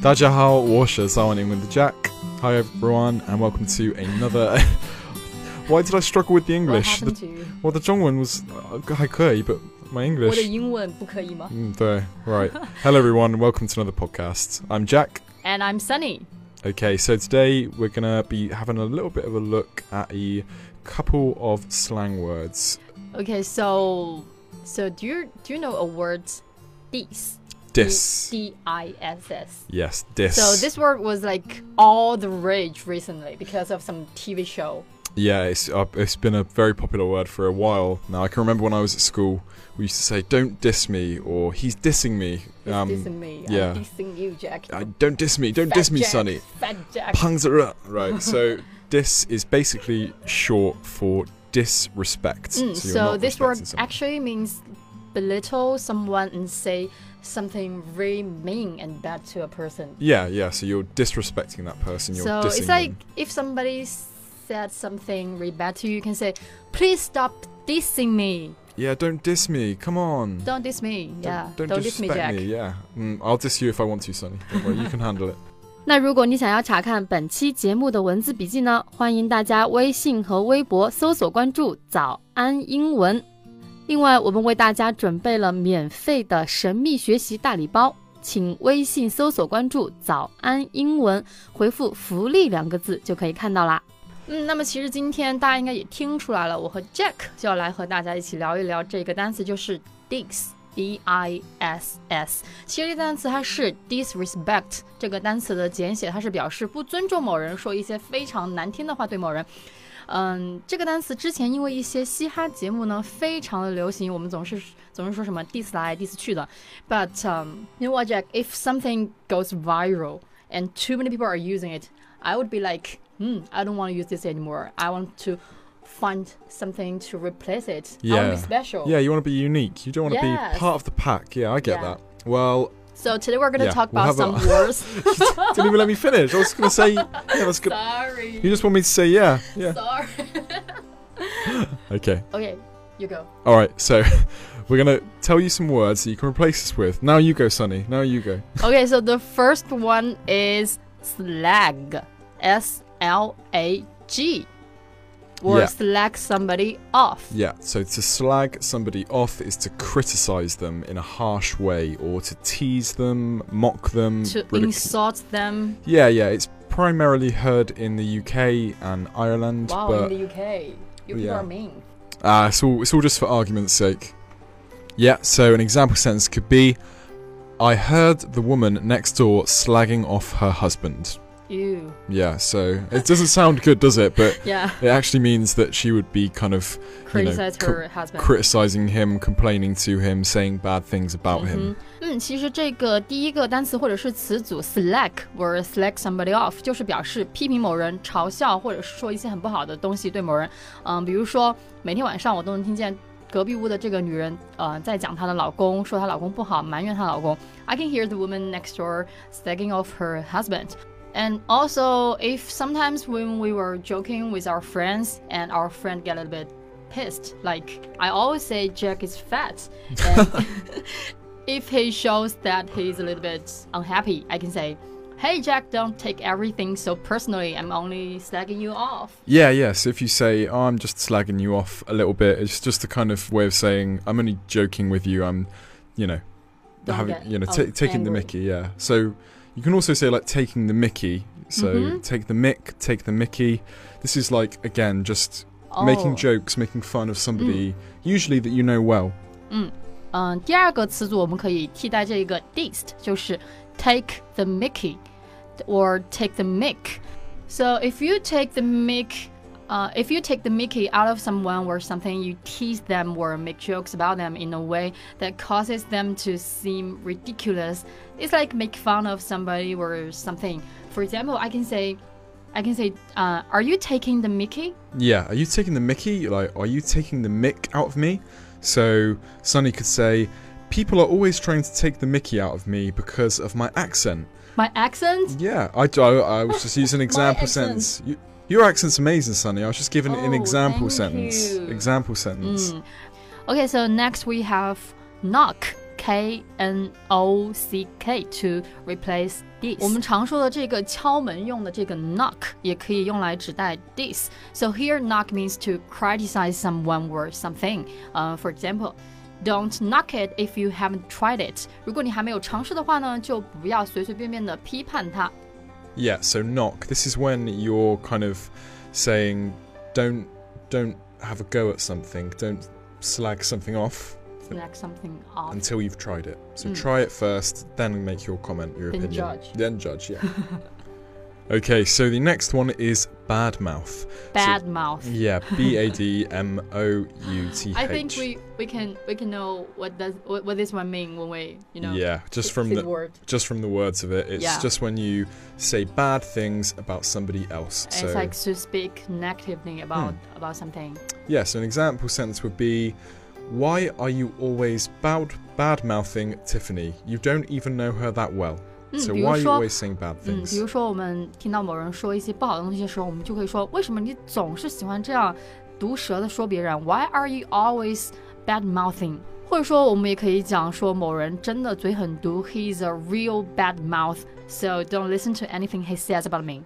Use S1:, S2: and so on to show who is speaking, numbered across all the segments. S1: Dajahao Washa Sawan in with the Jack. Hi everyone and welcome to another Why did I struggle with the
S2: What
S1: English?
S2: happened
S1: The,
S2: to you？
S1: well the Zhongwen was uh, 还可以 but my
S2: 我的
S1: English
S2: 英文不可以吗
S1: 嗯，对, right. Hello everyone and welcome to another podcast. I'm Jack.
S2: ？And I'm Sunny。
S1: Okay, so today we're gonna be having a little bit of a look at a couple of slang words.
S2: Okay, so so do you do you know a word dis?
S1: Dis.
S2: D I S S.
S1: Yes, dis.
S2: So this word was like all the rage recently because of some TV show.
S1: Yeah, it's uh, it's been a very popular word for a while now. I can remember when I was at school, we used to say "Don't diss me" or "He's dissing me."
S2: It's dissing me.
S1: Um, yeah.
S2: I'm dissing you, Jack.
S1: I, don't diss me. Don't
S2: Fat
S1: diss me,
S2: Jack,
S1: Sonny.
S2: Fat Jack.
S1: Pungs are up. Right. So "diss" is basically short for disrespect.
S2: Mm,
S1: you're
S2: so
S1: not
S2: this word
S1: respecting someone.
S2: actually means belittle someone and say something very mean and bad to a person.
S1: Yeah, yeah. So you're disrespecting that person. You're
S2: So
S1: dissing
S2: it's like
S1: them.
S2: if somebody said something really bad to you, you can say, "Please stop dissing me.
S1: Yeah, don't diss me. Come on.
S2: Don't diss me. Yeah,
S1: don't,
S2: diss me,
S1: disrespect
S2: Jack."
S1: Yeah. Mm, I'll diss you if I want to, Sonny. Don't worry, you can handle it.
S3: 那如果你想要查看本期节目的文字笔记呢，欢迎大家微信和微博搜索关注“早安英文”。另外，我们为大家准备了免费的神秘学习大礼包，请微信搜索关注“早安英文”，回复“福利”两个字就可以看到啦。
S2: 嗯，那么其实今天大家应该也听出来了，我和 Jack 就要来和大家一起聊一聊这个单词，就是 dis。D I S S，其实这个单词它是 disrespect 这个单词的简写，它是表示不尊重某人，说一些非常难听的话对某人。嗯，这个单词之前因为一些嘻哈节目呢，非常的流行，我们总是总是说什么 diss 来 diss 去的。But、um, you know what, Jack? If something goes viral and too many people are using it, I would be like, hmm, I don't want to use this anymore. I want to find something to replace it. I want to
S1: Yeah.
S2: be special.
S1: Yeah, you want to be unique. You don't want to
S2: Yes.
S1: be part of the pack. Yeah, I get
S2: Yeah.
S1: that. Well,
S2: So today we're going to
S1: Yeah,
S2: talk
S1: we'll
S2: about
S1: have a-
S2: some words.
S1: didn't even let me finish. I was going to say, yeah, that's good.
S2: sorry.
S1: You just want me to say, yeah, yeah.
S2: Sorry.
S1: Okay.
S2: Okay, you go.
S1: All right. So we're going to tell you some words that you can replace this with. Now you go, Sonny. Now you go.
S2: Okay, so the first one is slag. S L A G. Or
S1: Yeah.
S2: slag somebody off.
S1: Yeah. So to slag somebody off is to criticize them in a harsh way or to tease them, mock them,
S2: To
S1: ridicu-
S2: insult them.
S1: Yeah, yeah. It's primarily heard in the UK and Ireland,
S2: Wow,
S1: but
S2: in the UK, you people
S1: Yeah.
S2: are mean.
S1: Ah, it's all it's all just for argument's sake. Yeah, so an example sentence could be I heard the woman next door slagging off her husband.
S2: Ew.
S1: Yeah, so it doesn't sound good, does it? But
S2: Yeah.
S1: it actually means that she would be kind of
S2: Criticize
S1: co-
S2: her husband.
S1: criticizing him, complaining to him, saying bad things about
S2: 嗯
S1: him.
S2: 嗯，其实这个第一个单词或者是词组 slack or slack somebody off，就是表示批评某人、嘲笑或者是说一些很不好的东西对某人。嗯，比如说每天晚上我都能听见隔壁屋的这个女人，呃，在讲她的老公，说她老公不好，埋怨她老公。I can hear the woman next door slagging off her husband. And also, if sometimes when we were joking with our friends and our friend get a little bit pissed, like I always say, Jack is fat. And if he shows that he's a little bit unhappy, I can say, Hey Jack, don't take everything so personally. I'm only slagging you off.
S1: Yeah, yeah. So if you say, oh, I'm just slagging you off a little bit, it's just a kind of way of saying, I'm only joking with you. I'm, you know,
S2: Don't
S1: having,
S2: get,
S1: you know,
S2: um,
S1: ta taking the
S2: angry.
S1: mickey. Yeah. So you can also say, like, taking the mickey. So
S2: Mhm.
S1: take the mick, take the mickey. This is like, again, just
S2: Oh. Mm.
S1: making jokes, making fun of somebody, usually that you know well.
S2: 嗯，第二个词组我们可以替代这个 dist，就是 take the Mickey or take the mick. So if you take the mick, uh, if you take the Mickey out of someone or something, you tease them or make jokes about them in a way that causes them to seem ridiculous. It's like make fun of somebody or something. For example, I can say, I can say, uh, "Are you taking the Mickey?"
S1: Yeah, are you taking the mickey? Like, are you taking the mick out of me? So, Sonny could say, People are always trying to take the mickey out of me because of my accent.
S2: My accent.
S1: Yeah, I, I, I was just using example
S2: accent.
S1: sentence. You, your accent's amazing, Sonny. I was just giving an
S2: Oh,
S1: example
S2: thank
S1: sentence.
S2: you.
S1: Example sentence.
S2: Okay, so next we have knock, K
S3: K
S2: N O C K to replace
S3: this.
S2: 我们常说的这个敲门用的这个 knock 也可以用来指代 this. So here knock means to criticize someone or something. Uh, for example. Don't knock it if you haven't tried it. 如果你还没有尝试的话呢，就不要随随便便的批判它。
S1: Yeah, so knock. This is when you're kind of saying don't don't have a go at something. Don't slag something off
S2: Select something off.
S1: until you've tried it. So try it first, then make your comment, your
S2: Hmm. Then
S1: opinion.
S2: judge.
S1: Then judge, yeah. okay, so the next one is bad mouth.
S2: Bad mouth.
S1: Yeah, B A D M O U T H.
S2: I think we we can we can know what does what, what this one mean when we you know
S1: Yeah, just
S2: see-
S1: from
S2: see
S1: the
S2: word.
S1: just from the words of it, it's
S2: Yeah.
S1: just when you say bad things about somebody else.
S2: And
S1: So Hmm.
S2: It's like to speak negatively about about something.
S1: yeah, so an example sentence would be, "Why are you always bad bad mouthing Tiffany? You don't even know her that well.
S2: 嗯，
S1: so
S2: 比
S1: why
S2: 如
S1: are you
S2: 说，
S1: always saying bad
S2: 嗯，
S1: things?"
S2: Mm, 比如说我们听到某人说一些不好的东西的时候，我们就会说，为什么你总是喜欢这样毒舌的说别人？Why are you always bad mouthing？或者说，我们也可以讲说某人真的嘴很毒，He's a real bad mouth. So don't listen to anything he says about me.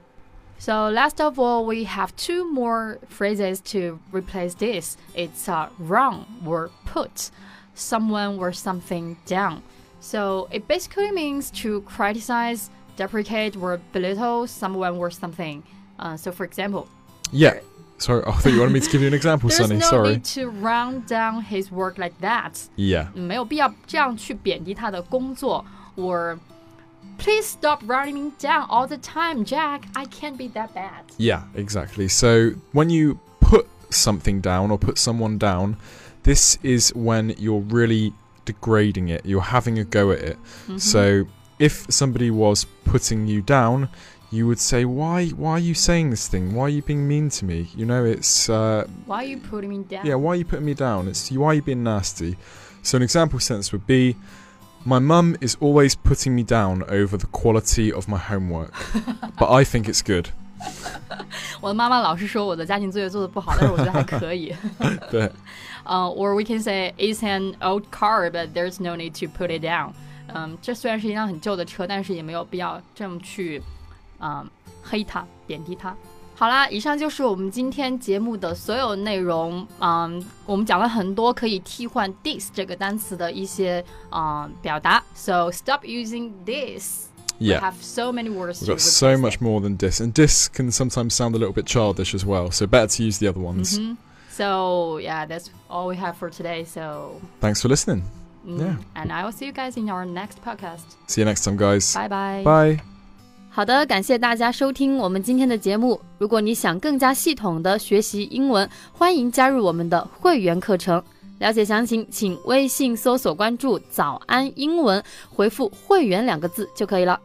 S2: So last of all, we have two more phrases to replace this. It's uh, wrong or put someone or something down. So it basically means to criticize, deprecate, or belittle someone or something. Uh, so for example,
S1: yeah. Sorry, I thought you wanted me to give you an example,
S2: there's
S1: Sonny.
S2: no
S1: Sorry.
S2: need to round down his work like that.
S1: Yeah.
S2: 没有必要这样去贬低他的工作。Or please stop rounding me down all the time, Jack. I can't be that bad.
S1: Yeah, exactly. So when you put something down or put someone down, this is when you're really degrading it. You're having a go at it. So if somebody was putting you down, you would say, "Why? Why are you saying this thing? Why are you being mean to me? You know, it's uh,
S2: Why are you putting me down?
S1: yeah. Why are you putting me down? It's why are you being nasty." So an example sentence would be. My mum is always putting me down over the quality of my homework, but I think it's good.
S2: 我的妈妈老是说我的家庭作业做的不好，但是我觉得还可以。
S1: 对
S2: 呃、o r we can say it's an old car, but there's no need to put it down. 嗯、这虽然是一辆很旧的车，但是也没有必要这么去，嗯、黑它、贬低它。好啦，以上就是我们今天节目的所有内容。嗯，我们讲了很多可以替换 this 这个单词的一些嗯表达。So stop using this. We
S1: Yeah.
S2: have so many words.
S1: We've
S2: to
S1: got so
S2: replace it.
S1: much more than dis, and dis can sometimes sound a little bit childish as well. So better to use the other ones.
S2: Mm-hmm. So yeah, that's all we have for today. So
S1: Thanks for listening.
S2: mm,
S1: Yeah.
S2: and I will see you guys in our next podcast.
S1: See you next time, guys.
S2: Bye bye.
S1: Bye.
S3: 好的，感谢大家收听我们今天的节目。如果你想更加系统的学习英文，欢迎加入我们的会员课程。了解详情，请微信搜索关注“早安英文”，回复“会员”两个字就可以了。